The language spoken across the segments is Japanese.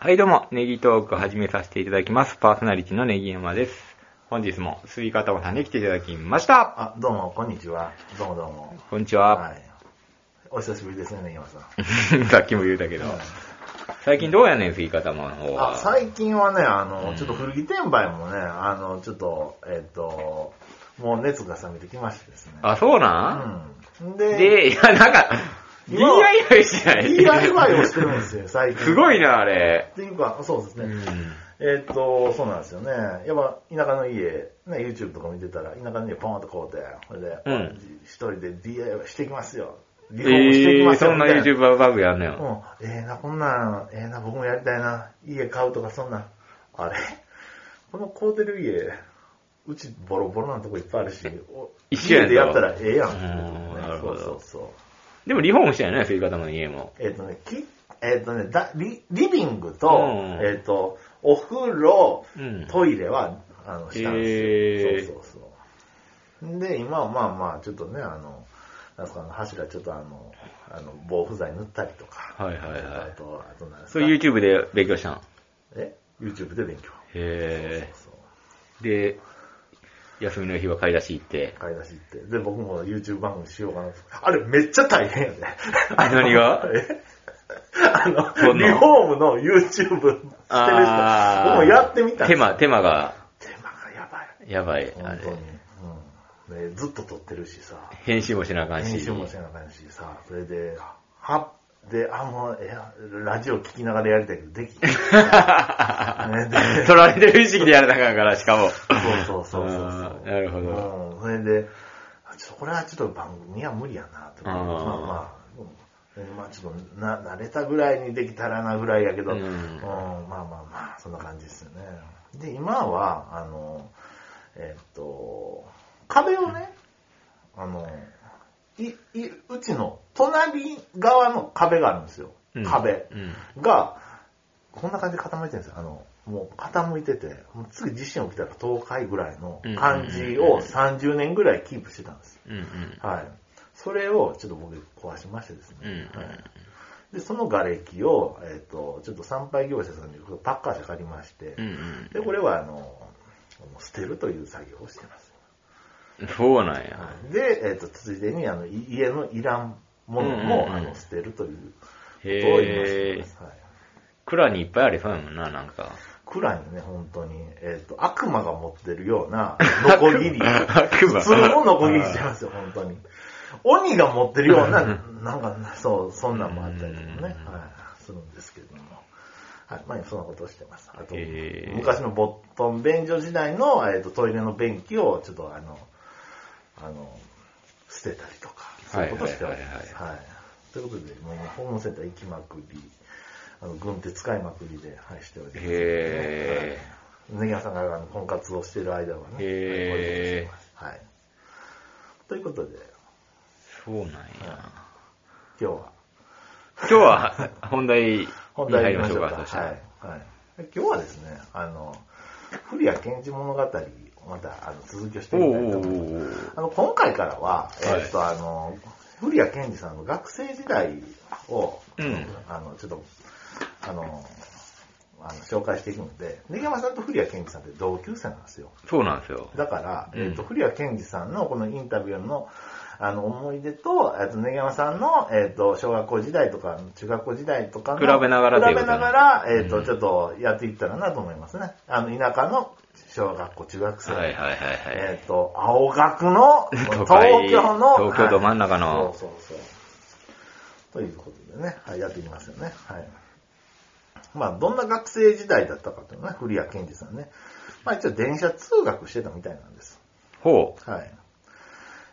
はい、どうも、ネギトーク始めさせていただきます。パーソナリティのネギ山です。本日も、スイカタオさんに来ていただきました。あ、どうも、こんにちは。どうもどうも。こんにちは。はい。お久しぶりですね、根山さん。 さっきも言うたけど。最近どうやねん、スイカタオの方あは。最近はね、あの、うんちょっと古着転売もね、あの、ちょっと、えっ、と、もう熱が冷めてきましてですね。あ、そうなん、うん。で、で、いや、なんか、今 DIY しない DIY をしてるんで すよ、最近。すごいな、あれっ。ていうか、そうですうね。ん。えっ、と、そうなんですよね。やっぱ、田舎の家、ね、YouTube とか見てたら、田舎の家ポンとこうて、それで、うん一人で DIY してきますよ。リフォームしてきえまー、すよ。そんなみたい YouTuber バグやんのよ。うん、ええな、こんなん、ええな、僕もやりたいな。家買うとかそんなん。あれこの買うてる家、うちボロボロなとこいっぱいあるし、お一緒やん家でやったらええやん。うんなるほどそうそうそう。でもリフォームしたよね、スイカタオの家も。えっ、とね、きえっ、とねだリ、リビングと、うんえっ、と、お風呂、うんトイレは、あの、したんへえですよ。そうそうそう。で、今はまあまあ、ちょっとね、あの、なんすか、あの柱ちょっとあの、あの防腐剤塗ったりとか。はいはいはいあと、あとなんですそかれ YouTube で勉強したん。え ?YouTube で勉強。へそうそうー。で、休みの日は買い出し行ってそう。。買い出し行って。で、僕も YouTube 番組しようかなと。あれ、めっちゃ大変やで。あの何が えあその、んリなフォームの YouTube してる人、僕もあーやってみた。手。間、手間が、手間がやばい。やばい。あ本当れに。うんねずっと撮ってるしさ。編集もしなあかんし。編集もせなあかんしさ、それで、はで、あ、もう、えラジオ聞きながらやりたいけど、できねで取られてる意識でやらなあかんから、しかも。そうそうそうそうあそう。ーなるほど。うん、それで、あちょっとこれはちょっと番組は無理やなと。あーまあまあ、うんでまあちょっとな慣れたぐらいにできたらなぐらいやけど、うんうんまあまあまあ、そんな感じですよね。で、今は、あの、えっと、壁をね、あの、い、い、うちの隣側の壁があるんですよ。うん壁うんが、こんな感じで傾いてるんですよ。あの、もう傾いてて、もう次地震起きたら倒壊ぐらいの感じを30年ぐらいキープしてたんです。うんうん。はい。それをちょっと僕壊しましてですね。うんうんはいで、その瓦礫を、えっ、と、ちょっと参拝業者さんにパッカーして借りまして、うんうんで、これはあの、もう捨てるという作業をしてます。そうなんや。はいで、えっ、と、ついでに、あの、い家のいらんものうんうんも、うんあの、捨てるということを今してへまーす。はい蔵にいっぱいありそうやもんな、なんか。くらいのね、本当に、えっ、と、悪魔が持ってるよう な、ノコギリ。悪魔普通のノコギリしてますよ、本当に。鬼が持ってるような、なんか、そう、そんなんもあったりとかね、うんはい、するんですけれども。はい、まあ、そんなことをしてます。あと、へー昔のボットン便所時代の、えっ、と、トイレの便器を、ちょっとあの、あの、捨てたりとか、そういうことをしております。ははい。ということで、もう今、ホームセンター行きまくり、あの、軍手使いまくりで、はい、しております。へネギ屋さんがあの婚活をしている間はね、へーはいこういうことをしてますはい。ということで、ー。そうなんや。今日は今日は、本題に本題入にり行まきしましょょううかか。。そしたらはい。はい、今日はですね、あの、古谷健治物語、またあの続きをしておみーたいとお思います。ーおーあの今回からは、はいえっと、あの、古谷健二さんの学生時代を、うんあの、ちょっと、あの、あの紹介していくので、根山さんと古谷健二さんって同級生なんですよ。そうなんですよ。だから、うんえっ、と、古谷健二さんのこのインタビューの、あの、思い出と、えっ、と、根山さんの、えっ、と、小学校時代とか、中学校時代とかの、比べながらという比こべとねながら、えっ、と、うんちょっとやっていったらなと思いますね。あの、田舎の小学校、中学生。はいはいはいはい。えっ、と、青学の、都会東京の、東京ど真ん中のはいそうそうそう。ということでね、はい、やっていきますよね。はい。まあ、どんな学生時代だったかというのはね、古谷健二さんね。まあ、一応電車通学してたみたいなんです。ほう。はい。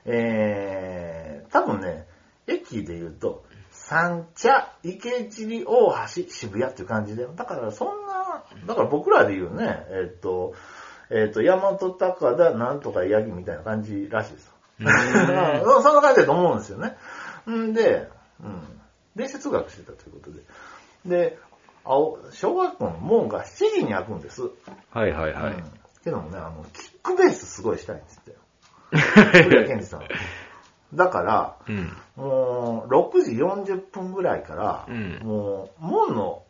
えー、多分ね、駅で言うと、三茶、池尻、大橋、渋谷っていう感じで、だからそんな、だから僕らで言うね、えっ、と、えっ、と、大和高田、なんとか八木みたいな感じらしいです。ううん んそんな感じだと思うんですよね。んで、うん。電車通学してたということで。で、青小学校の門が7時に開くんです。はいはいはういん。けどもね、あの、キックベースすごいしたいんですって。古谷健二さん。だから、うん。もう、6時40分ぐらいから、うんもう、門の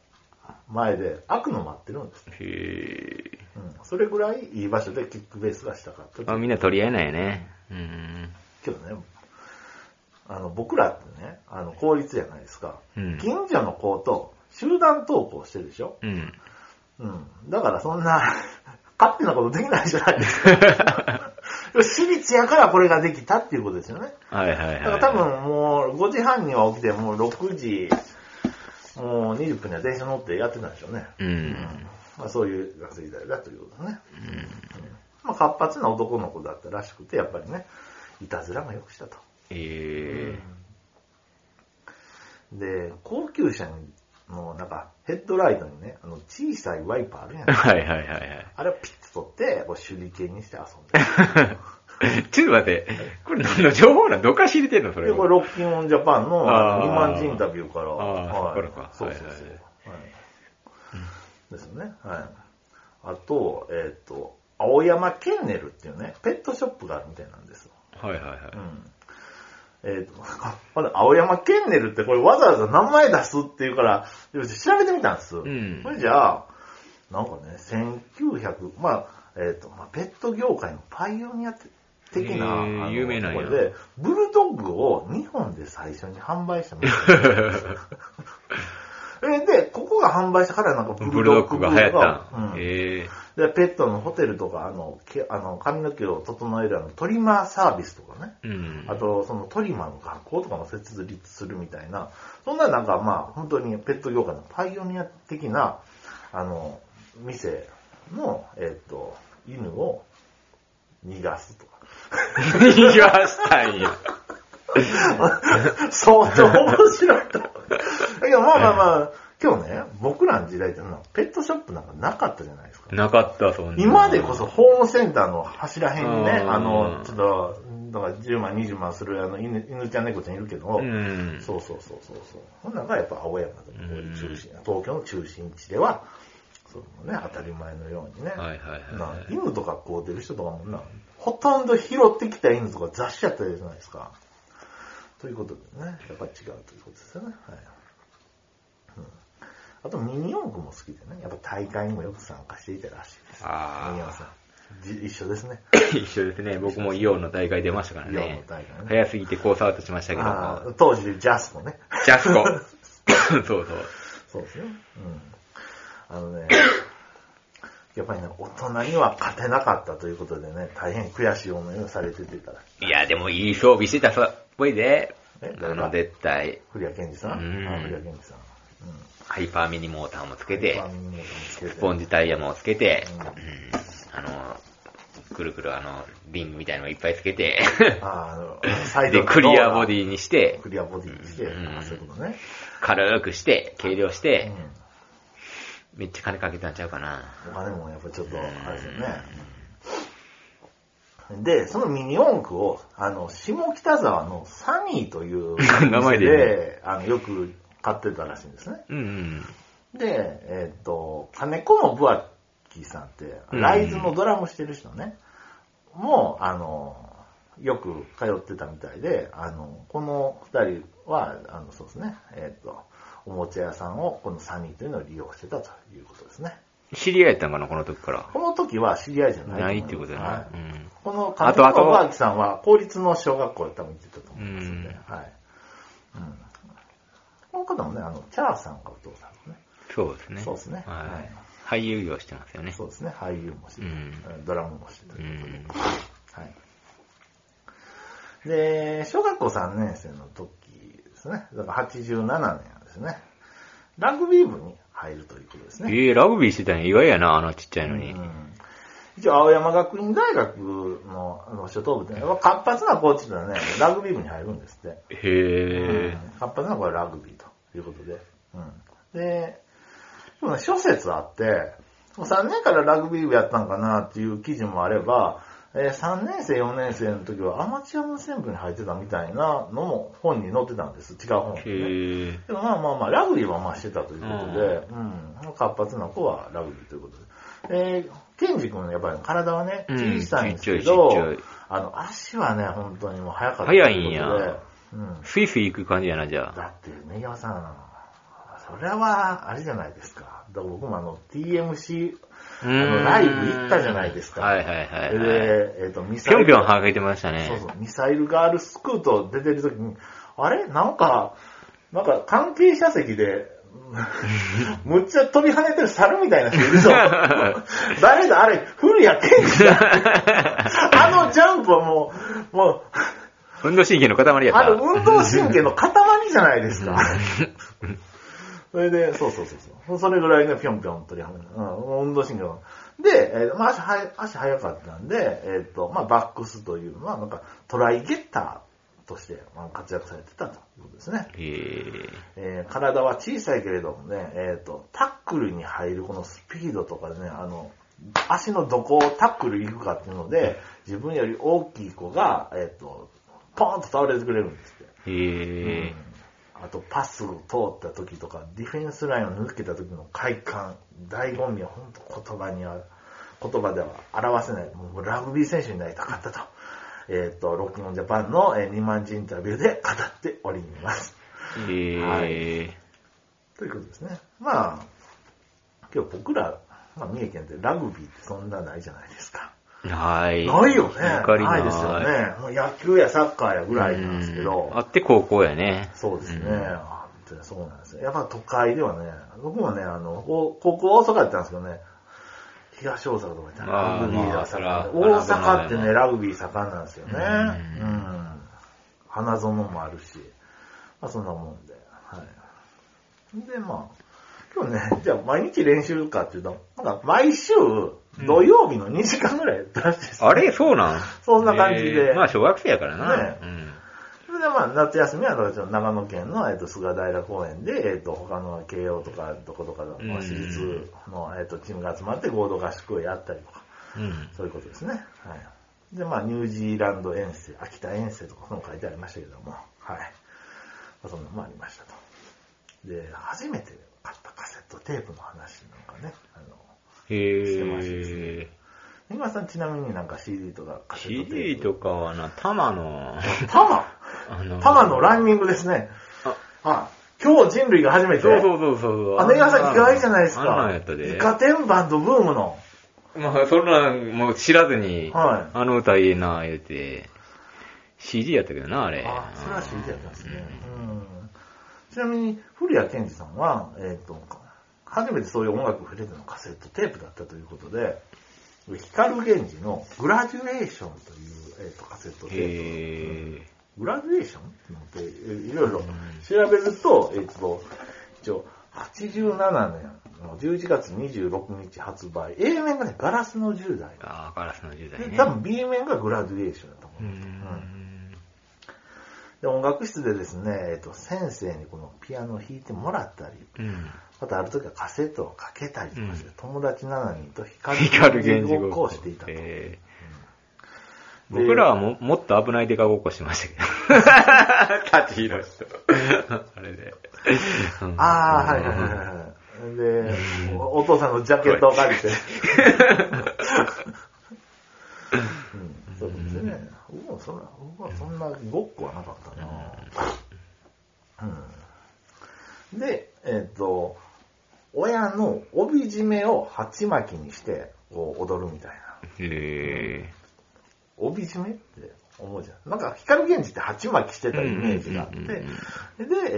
前で開くの待ってるんです。へえ。うん。それぐらいいい場所でキックベースがしたかったまあみんな取り合えないよね。うん。けどね、あの、僕らってね、あの、公立じゃないですか。うん近所の子と集団登校してるでしょうん。うん。だからそんな、 勝手なことできないじゃないです か。私立やからこれができたっていうことですよね。はいはいはい。だから多分もう5時半には起きて、もう6時、もう20分には電車乗ってやってたんでしょうね。うんまあそういう学生時代だということですね。まあ活発な男の子だったらしくて、やっぱりね、いたずらもよくしたと。えで、高級車のなんかヘッドライトにね、あの小さいワイパーある やんえ。。 はいはいはいはい。あれをピッと取って、こう手裏剣にして遊ん でちょっと待って、これ何の情報なんどっか知れてんのそる。れで、これは。ロッキンオンジャパンのあー2万人インタビューから。あーはいそっからかそうそうそう。はいはいはいですよね。はい。あと、えっ、と、青山ケンネルっていうね、ペットショップがあるみたいなんですよ。はいはいはうん。えっ、と、 まだ青山ケンネルってこれわざわざ名前出すっていうから、調べてみたんです。んそれじゃあ、なんかね、1900、まあ、えっ、と、まあ、ペット業界のパイオニア的へな、ーあの有名なんやところで、ブルドッグを日本で最初に販売したみたいな。 えで、ここが販売したからなんかい。 ブルドッグが流行っブルドッた。グうんええ。で、ペットのホテルとか、あの、けあの髪の毛を整えるあのトリマーサービスとかね。うん。あと、そのトリマーの学校とかも設立するみたいな、そんななんかまあ、本当にペット業界のパイオニア的な、あの、店の、えっ、と、犬を逃が すとか。逃がしたんや。相当面白いと。だけどまあまあまあ、今日ね、僕らの時代ってそんなペットショップなんかなかったじゃないですか。なかった、そんな。今でこそ。ホームセンターの柱辺にね、うんあの、ちょっと、だから10万、20万するあの犬犬ちゃん猫ちゃんいるけど、うん。そうそうそうそうそう。ほんならがやっぱ青山とかこういう中心、東京の中心地では、そのね、当たり前のようにね。はいはいはいなはい。犬とか飼うてる人とかもな、ほとんど拾ってきた犬とか雑誌やったじゃないですか。ということでね、やっぱ違うということですよね。はい。うんあとミニ四駆も好きでね、やっぱ大会にもよく参加していたらしいです。あーミニ四駆さん。じ一緒ですね。 一緒ですね。僕もイオンの大会出ましたからイオンねの大会ね。早すぎてコースアウトしましたけあーど。当時ジャスコね。ジャス コ。そうそう。そうですよ。うん。あのね、 やっぱりね、大人には勝てなかったということでね、大変悔しい思いをされててたら、いや、でもいい装備してたさ、っぽいで。え誰あがの、絶対。古谷健二さん、うんあ古谷健二さん。うん。ハイパーミニモーターもつけて番、組もつけてスポンジタイヤもつけて、うんうんあの、くるくるあの、リングみたいのいっぱいつけて、ああの、サイドで、のクリアボディにして、クリアボディにして、うんあそういうことね。軽くして、軽量して、うめっちゃ金かけたんちゃうかな。ん。お金もやっぱちょっと、あれですよね。で、そのミニ四駆を、あの、下北沢のサニーという 店名前でいいねで、あの、よく買ってたらしいんですね。うんうん。で、えっ、と、金子のブアキさんって、うんライズのドラムしてる人ね、もう、あの、よく通ってたみたいで、あの、この二人は、あの、そうですね、えっ、と、おもちゃ屋さんを、この3人というのを利用してたということですね。知り合いやったんかな、この時から。この時は知り合いじゃないないってことだは。ないうんこのあ金とあと子バーキさんは公立の小学校で多分行ってたと思いますんで、うんはい。うん。この方もね、あの、チャーさんがお父さんですね。そうですね。そうですねはい俳優業してますよね。そうですね、俳優もして、うんドラムもしてとういうことで、ん。はい。で、小学校3年生の時ですね、だから87年ですね、ラグビー部に入るということですね。ええ、ラグビーしてたんや意外やな、あのちっちゃいうのに。ん一応、青山学院大学のあの初等部って、やっぱ活発なコーチだね、ラグビー部に入るんですって。へえ。うん活発なのはこれラグビーということで。うん、で、でもね諸説あって、もう3年からラグビー部やったんかなっていう記事もあれば、えー3年生、4年生の時はアマチュア無線部に入ってたみたいなのも本に載ってたんです。違う本にね。へえ。でもまあまあまあ、ラグビーはまあしてたということで、うん、活発な子はラグビーということで。えー、ケンジ君のやっぱり体はね、うん小さいんですけちっちゃいちどっちゃい、あの、足はね、本当にもう速かったと速いんいうやことで、うん、スイスイ行く感じやな、じゃあ。だって、ね、ギさん、それは、あれじゃないですか。だから僕もあの、TMC、ああのライブ行ったじゃないですかはいはいはい、はい。で、えっ、と、ミサぴょイんぴル、ょんはげてましたね。そうそう、ミサイルガールスクート出てる時に、あれなんか、なんか関係者席 で、むっちゃ飛び跳ねてる猿みたいな人い るぞ。誰だあれ、古谷健 二だ。あのジャンプはもう、も運動神経の塊う、やった。あの運動神経の塊じゃないですか。それで、そうそうそうそう。それぐらいね、ぴょんぴょん取りはめた。うん、運動神経は。で、えーまあ、足はや足早かったんで、えっ、と、まあ、バックスというのは、なんか、トライゲッターとして、まあ、活躍されてたということですね。えーえー体は小さいけれどもね、えっ、と、タックルに入るこのスピードとかね、あの、足のどこをタックル行くかっていうので、自分より大きい子が、えっ、と、ポーンと倒れてくれるんですって。えーあとパスを通った時とか、ディフェンスラインを抜けた時の快感、醍醐味は本当言葉には、言葉では表せない。もうラグビー選手になりたかったと。えっ、と、ロッキンオンジャパンのえーリマンジインタビューで語っております。えーということですね。まあ、今日僕ら、まあ、三重県ってラグビーってそんなないじゃないですか。はい。ないよね。わかりないですよね。もう野球やサッカーやぐらいなんですけど。うんあって高校やね。そうですね。うんあ本当にそうなんですよ。やっぱ都会ではね、僕もね、あの、こ高校大阪やったんですけどね、東大阪とか行ったらあーラグビーまがあそ盛れはんで。大阪って花園ね、やラグビー盛んなんですよね。ううんん。花園もあるし、まあそんなもんで。はい。で、まあ、今日ね、じゃ あ毎日練習かっていうと、なんか毎週土曜日の2時間ぐらい出してあれそうなんそんな感じでえーまあ小学生やからな。ねうんそれでまあ、夏休みは、だから長野県の、えっと、菅平公園で、えっと、他の慶応とか、どことかの、うん私立の、えっと、チームが集まって合同合宿をやったりとか、うん。そういうことですね。はい。で、まあ、ニュージーランド遠征、秋田遠征とか、そういうの書いてありましたけども、はい。まあ、そんなのもありましたと。で、初めて買ったカセットテープの話なんかね、あの、へしてましたですえ。今さんちなみになんか CD とかカセットテ CD ーとプ。かはな、玉の、タマあ のタマのランニングですね。ああ、今日人類が初めて。そうそうそうそう。姉がさ、意外じゃないですあんなんかやった。イで。カ天バンドブームの。まあ、そんなん、もう知らずに、はあの歌いいな、言うて、CD やったけどな、あれ。あ、それは CD やったんですね。うんちなみに、古谷健二さんは、えっ、と、初めてそういう音楽を触れたのはカセットテープだったということで、光源氏のグラデュエーションという、えー、とカセットうん。テープ。へグラデュエーションっていろいろ調べると、えっ、と、一応、87年の11月26日発売、A 面がね、ガラスの10代ー。。ああ、ガラスの時代で、ね。多分 B 面がグラデュエーションだと思うう。うんん。で、音楽室でですね、えっと、先生にこのピアノを弾いてもらったり、うん。またある時はカセットをかけたりとかして、うん友達7人と光光源源氏氏ごごっっここをしていたと。えーで僕らはももっと危ないデカごっこしてましたけど。 タチヒロシと。 あれで。うんああ、はいはいはいはい。で、おお父さんのジャケットを借りて。うん、そうですね。僕もそんな、僕はそんなごっこはなかったな。うん。で、えっ、と、親の帯締めを鉢巻きにして、こう踊るみたいな。へ帯締めって思うじゃん。なんか光源氏って鉢巻きしてたイメージがあって、うでんうんうんうん、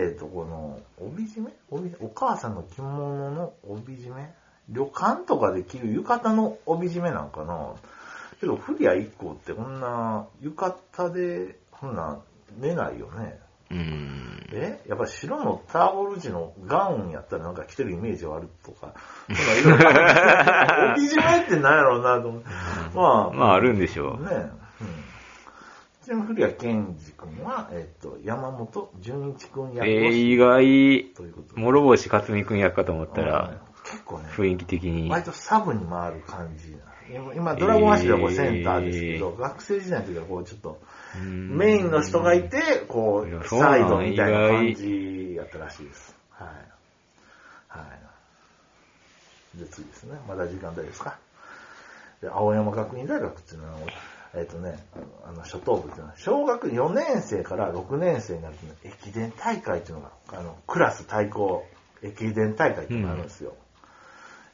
えっ、と、この帯締め帯お母さんの着物の帯締め旅館とかで着る浴衣の帯締めなんかなけど、古谷一行ってこんな浴衣で、こんな寝ないよね。ーうん。えやっぱり白のターボル地のガウンやったらなんか着てるイメージはあるとか、そんないろいろある 帯締めってなんやろうなと思って。まあ、まあ、あるんでしょう。ねえ。うん。ちなみに古谷健二君は、えっと、山本純一君役をえしー、意外、ということで。諸星克美くん役かと思ったうんら、結構ね、雰囲気的に。割とサブに回る感じな。今、今ドラゴン足ではこうセンターですけど、学生時代の時はこうちょっと、メインの人が いて。て、こいやう、そうなサんイドみたいな感じやったらしいです。はい。はい。で、次ですね。まだ時間大丈夫ですか。で、青山学院大学っていうのは、えっ、とね、あの、あの初等部っていうのは、小学4年生から6年生になるとね、駅伝大会っていうのが、あの、クラス対抗駅伝大会っていうのがあるんですよ。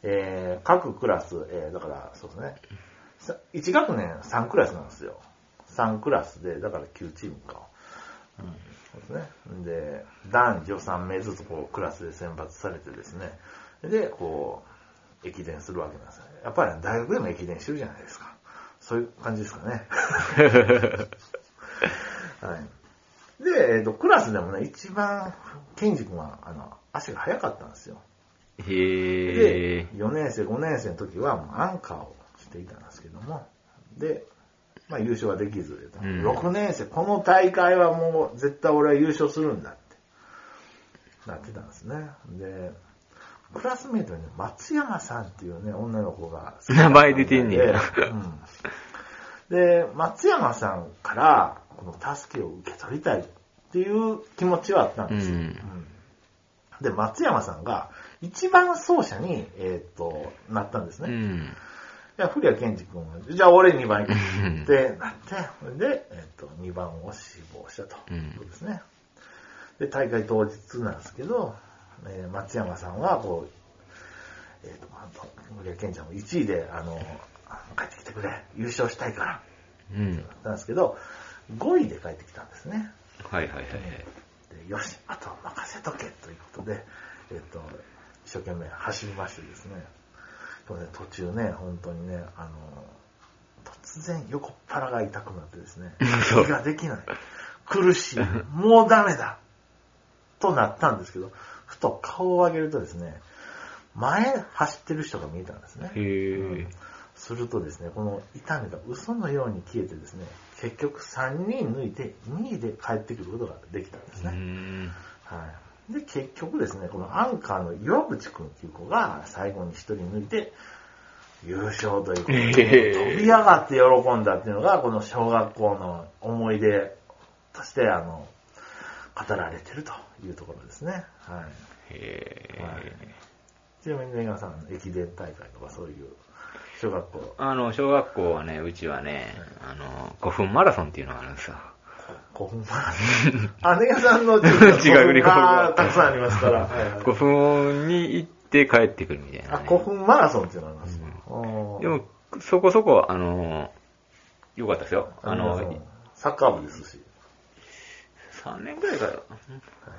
えー各クラス、えーだから、そうですね。さ1学年3クラスなんですよ。3クラスで、だから9チームか。そうですね。で、男女3名ずつこうクラスで選抜されてですね。で、こう、駅伝するわけなんですよ。やっぱり大学でも駅伝してるじゃないですか。そういう感じですかね。はい。で、えっと、クラスでもね、一番、ケンジ君は、あの、足が速かったんですよ。へでえ、。 4年生、5年生の時は、もうアンカーをしていたんですけども、で、まあ優勝はできず、うん6年生、この大会はもう絶対俺は優勝するんだって、なってたんですね。で、クラスメイトにね松山さんっていうね、女の子が。名前出てんねやうんで、松山さんから、この助けを受け取りたいっていう気持ちはあったんうですよ。ん。で、松山さんが一番走者に、えーっと、なったんですうね。ん。じゃあ、古谷健二君は、じゃあ俺2番行くうんってなって、で、えーっと、2番を志望したとうんいうことですね。で、大会当日なんですけど、えー松山さんは、こう、えーっと、あの古谷健二さんも1位で、あの、帰ってきてくれ、優勝したいから、うん。なんですけど、5位で帰ってきたんですね。はいはいはいでよし、あとは任せとけということで、えっ、と、一生懸命走りましてですね。でもね、途中ね、本当にね、あの、突然横っ腹が痛くなってですね、 そう気ができない。苦しい。もうダメだ。となったんですけど、ふと顔を上げるとですね、前走ってる人が見えたんですねはい。。へえ。するとですね、この痛みが嘘のように消えてですね、結局3人抜いて2位で帰ってくることができたんですうね。ん。はい。で、結局ですね、このアンカーの岩渕くんっていう子が最後に1人抜いて、優勝ということで、へー飛び上がって喜んだっていうのが、この小学校の思い出として、あの、語られてるというところですね。はい。へえ。ちなみに、ね、皆さん、駅伝大会とかそういう、小学校、あの、小学校はね、うちはね、あの、5分マラソンっていうのがあるんですよ。古墳マラソン。姉さんの近 く違う古墳がたくさんありますから。はいはい5分に行って帰ってくるみたいなあ、ね、古墳マラソンっていうのがありますね。おーでも、そこそこ、あの、良かったですよ。あ皆さんの、サッカー部ですし。 3年ぐらいから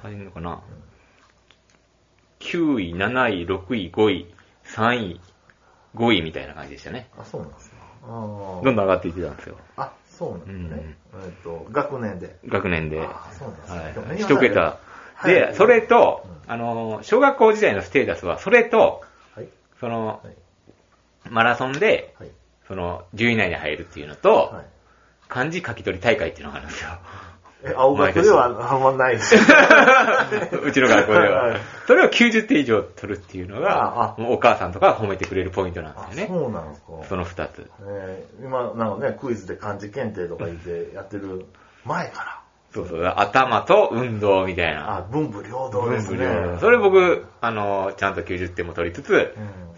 始めるのかな。9位、7位、6位、5位、3位、5位みたいな感じでしたね。あ、そうなんですね。あどんーどん上がっていってたんですよ。あ、そうなんですね。えっと、学年で。学年で。あそうなんですねでもはい。皆さん一桁。はいで、それとうん、あの、小学校時代のステータスは、それと、はい。そのは、い。マラソンで、はい。その、10位以内に入るっていうのと、はい。漢字書き取り大会っていうのがあるんですよ。 え、青学ではあんまないです。うちの学校では。はいそれを90点以上取るっていうのがあ、あもうお母さんとかが褒めてくれるポイントなんあ、ですよね。そうなんですか。その2つ。えー今、なんかね、クイズで漢字検定とか言ってやってる前かそうそう。頭と運動みたいら。あな。、文武両道ですね文武両道。それ僕、あの、ちゃんと90点も取りつつう、ん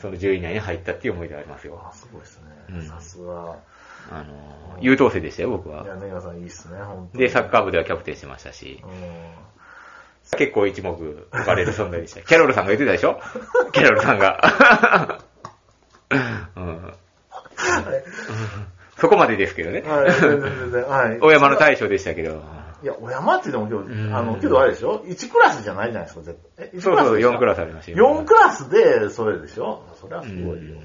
その10位以内に入ったっていう思い出がありますよあ、。すごいですうんね。さすが。あの、優等生でしたよ、僕いや、は。ネガさんいいっすね、本当に。で、サッカー部ではキャプテンしてましたし、うん結構一目置かれる存在で した。キャロルさんが言ってたでしょキャロルさんが。うんそこまでですけどね。はい、全然全然。はい。大山の大将でしたけど。いや、小山って言っても今うん日、あの、けどあれでしょ ?1 クラスじゃないじゃないですか、絶対。え、そうそう、4クラススありましたでよすか。4クラスで、それでしょそれはすごいよ。うん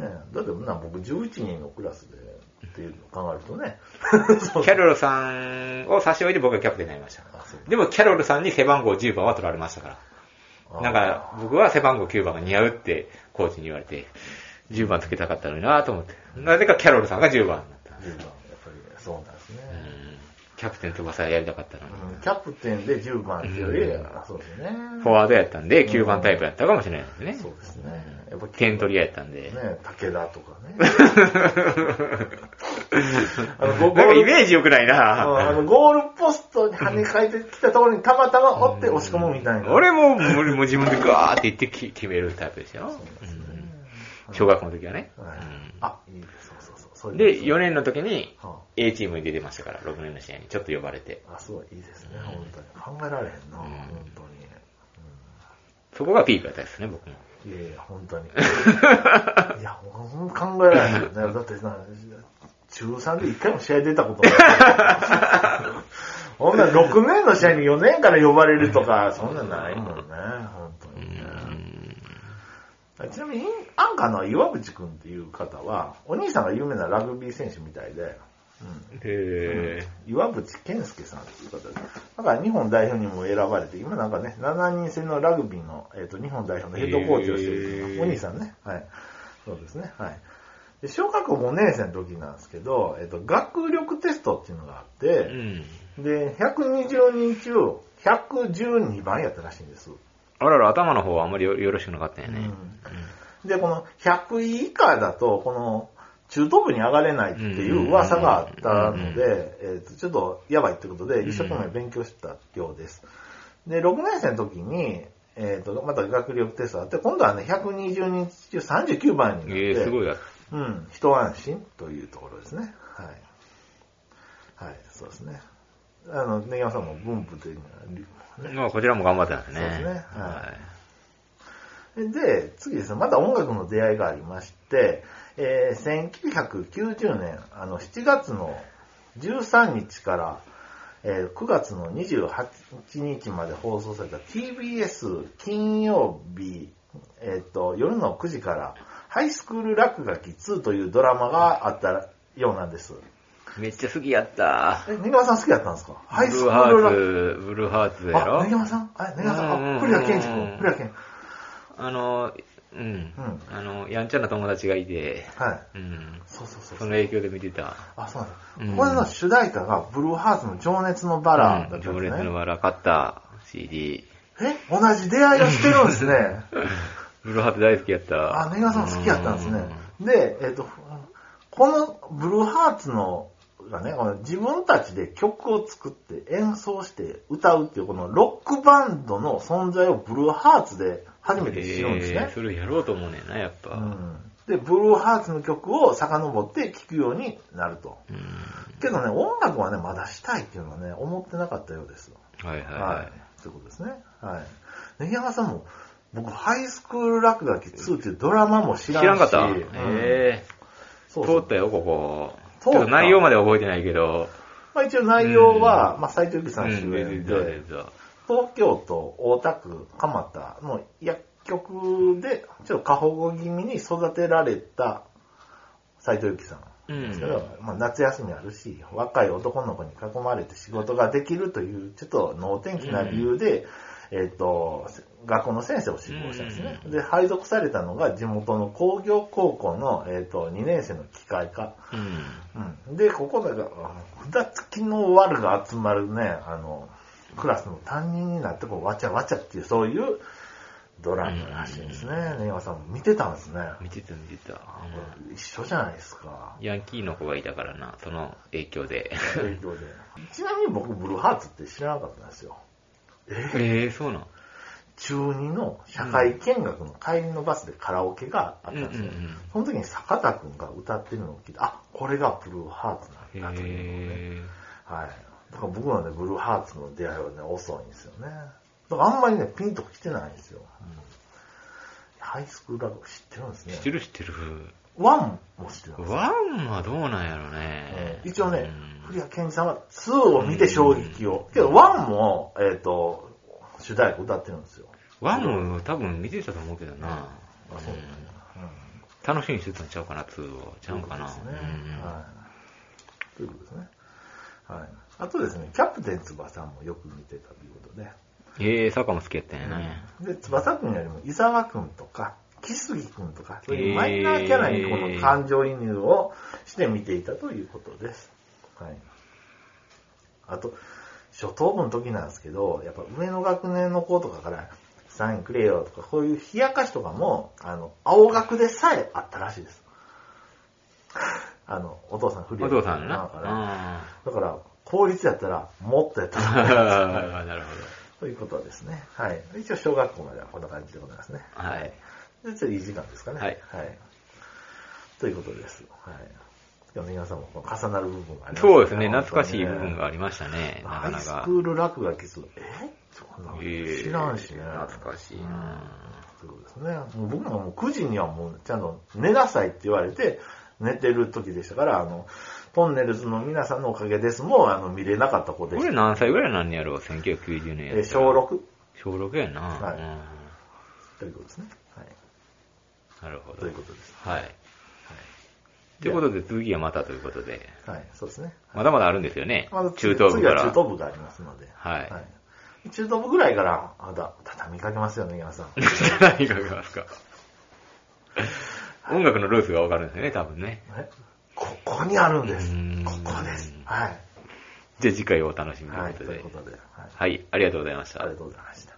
ねだってな、僕11人のクラスで、っていうのを考えるとね。 そうキャロルさんを差し置いて僕がキャプテンになりました。あそうでも、キャロルさんに背番号10番は取られましたかあら。なんか、僕は背番号9番が似合うって、コーチに言われて、10番つけたかったのになと思って。なぜかキャロルさんが10番だった。 10番、やっぱりそうなんですね。うんキャプテン翼やりたかったのに。うんキャプテンで10番っていうより、うんあそうですね。フォワードやったんで、9番タイプやったかもしれないですね。そうですね。やっぱ点取り屋やったんで。ね、武田とかね。 あの、なゴんかイール、メージ良くないあなの、ゴールポストに跳ね返ってきたところにたまたま折って押し込むみたいな。俺も、もう自分でガーって言ってき決めるタイプですよ。うん小学校の時はね。はいうんあ、いいです。そうそうそう。そういうので、4年の時には A チームに出てましたから、6年の試合にちょっと呼ばれて。あ、あ、すごい、いいですね、本当に。考えられへんな、うん本当に。そこがピークだったですね、僕も。いやいや、本当に。いや、ほんと考えられないよね。だってな、中3で1回も試合出たことない。ほんなら6年の試合に4年から呼ばれるとか、そんなんないもんね、本当にね。ちなみに、アンカーの岩渕くんっていう方は、お兄さんが有名なラグビー選手みたいで、へ岩渕健介さんっていう方です。だから日本代表にも選ばれて、今なんかね、7人制のラグビーの、えー、と日本代表のヘッドコーチをしてるというか、へーお兄さんね。はい。そうですね。はい。で小学校5年生の時なんですけど、えっ、と、学力テストっていうのがあっえ。うて、ん。で、120人中、112番やったらしいんです。あらら、頭の方はあんまりよよろしくなかったよね。うんで、この100位以下だと、この中等部に上がれないっていう噂があったので、えっとちょっとやばいってことで、一生懸命勉強したようです。で、6年生の時に、えっとまた学力テストあって、今度はね、120人中39番になっええ、すて、ごいやつ。うん、一安心というところですね。はい。はい、そうですね。あの、根際さんも文部というのはまあ、こちらも頑張ってますね。そうですねはいはで、次ですね、また音楽の出会いがありまして、えー1990年あの7月の13日から、えー9月の28日まで放送された TBS 金曜日、えー、と夜の9時からハイスクール落書き2というドラマがあったようなんです。い。めっちゃ好きやった。え、根川さん好きだったんですかハイブスルクーハール落書き。ーツ、ブルーハーツやあ、根川ろさんあ、根川さうんうん、んうんあ、古谷健二君、古谷健。あの、うんうん。あの、やんちゃな友達がいて、はうい。ん。そうそうそうその影響で見てた。あ、そうなんだ。うんこれの主題歌が、ブルーハーツの情熱のバラだったん情です熱ね。のバラ買った CD。え同じ出会いをしてるんですね。ブルーハーツ大好きやった。あ、ネガさん好きやったんですねう。で、えっ、と、このブルーハーツの、がね、この自分たちで曲を作って演奏して歌うっていう、このロックバンドの存在をブルーハーツで初めて知るんですねえー。それやろうと思うねんな、やっぱ。うん、で、ブルーハーツの曲を遡って聴くようになると。うんけどね、音楽はね、まだしたいっていうのはね、思ってなかったようです。はいはいは。はいということですね。はい。ネギ山さんも、僕、ハイスクール落書き2っていうドラマもい。知知らんし。らんかったうんえそーうそ通うったよ、ここ。通っちたょっと内容までは覚えてないけど。まあ、一応内容は、まあ、斎藤由貴さんうん主出演てた出てで、た東京都大田区蒲田の薬局で、ちょっと過保護気味に育てられた斎藤由貴さん。うんですけど、まあ、夏休みあるし、若い男の子に囲まれて仕事ができるという、ちょっと能天気な理由で、えっ、と、学校の先生を志望したんですね。うんで、配属されたのが地元の工業高校の、えっ、と、2年生の機械科。うん。うん。で、ここだが、札付きの悪が集まるね、あの、クラスの担任になって、こう、わちゃわちゃっていう、そういうドラマらしいんですね。ね、岩さんも見てたんですね。見てた見てた。一緒じゃないですか。ヤンキーの子がいたからな、その影響で。影響で。ちなみに僕、ブルーハーツって知らなかったんですよ。えー、そうなん。中2の社会見学の帰りのバスでカラオケがあったんですよ。うんうんうんその時に坂田くんが歌ってるのを聞いて、あ、これがブルーハーツへなんだというのをえ。ね。はい。だから僕はね、ブルーハーツの出会いはね、遅いんですよね。だからあんまりね、ピンと来てないんですよ。ハイスクールラブ知ってるんです知ってね。る知ってる。ワンも知ってるんですよワンはどうなんやろね。一応うねん、古谷健二さんは2を見て衝撃を。けど1も、えっ、と、主題歌歌ってるんですよ。ワンも多分見てたと思うけどな。あそうなんや楽しみにしてたんちゃうかな、2を。ちゃうんうかな。といううことですね。んはい。ということですね。はい。あとですね、キャプテン翼もよく見てたということで。ええ、坂も好きやったんやね。で、翼くんよりも伊沢くんとか、木杉くんとか、そういうマイナーキャラにこの感情移入をして見ていたということです。はい。あと、初等部の時なんですけど、やっぱ上の学年の子とかから、サインくれよとか、こういう冷やかしとかも、あの、青学でさえあったらしいです。あの、お父さん不良お父さんだから、な。だから、公立やったら、もっとやったうんら、なるほということですね。はい。一応、小学校まではこんな感じでございますね。ど。はい。で、次、いい時間ですかね。はいということです。はい。よね、皆さんも。重なる部分がね。そうですね、懐かしい部分がありましたね、なかハなイスかク。ール落書きする。えそんなのええ知らんしね。懐かしいなということですね。もう僕なんかもう9時にはもうちゃんと寝なさいって言われて、寝てる時でしたから、あの、トンネルズの皆さんのおかげですもう、あの、見れなかった子でこしれた。何歳ぐらいなんやろう ?1990 年やったらえー小 6? 小6やな、はいうんということですね。はい。なるほど。ということです。はい。ということで、次はまたということで、はい、そうですね。まだまだあるんですよね。まず中東部次かはら。中東部がありますので。はい中東部ぐらいから、まだ畳みかけますよね、皆さん。何があますか音楽のルーツがわかるんですよね、多分ね。ねここにあるんですうーん。ここです。はい。じゃあ次回をお楽しみとはいい、うことというでこ。とで、はい、はい、ありがとうございましあたりが。とうございました。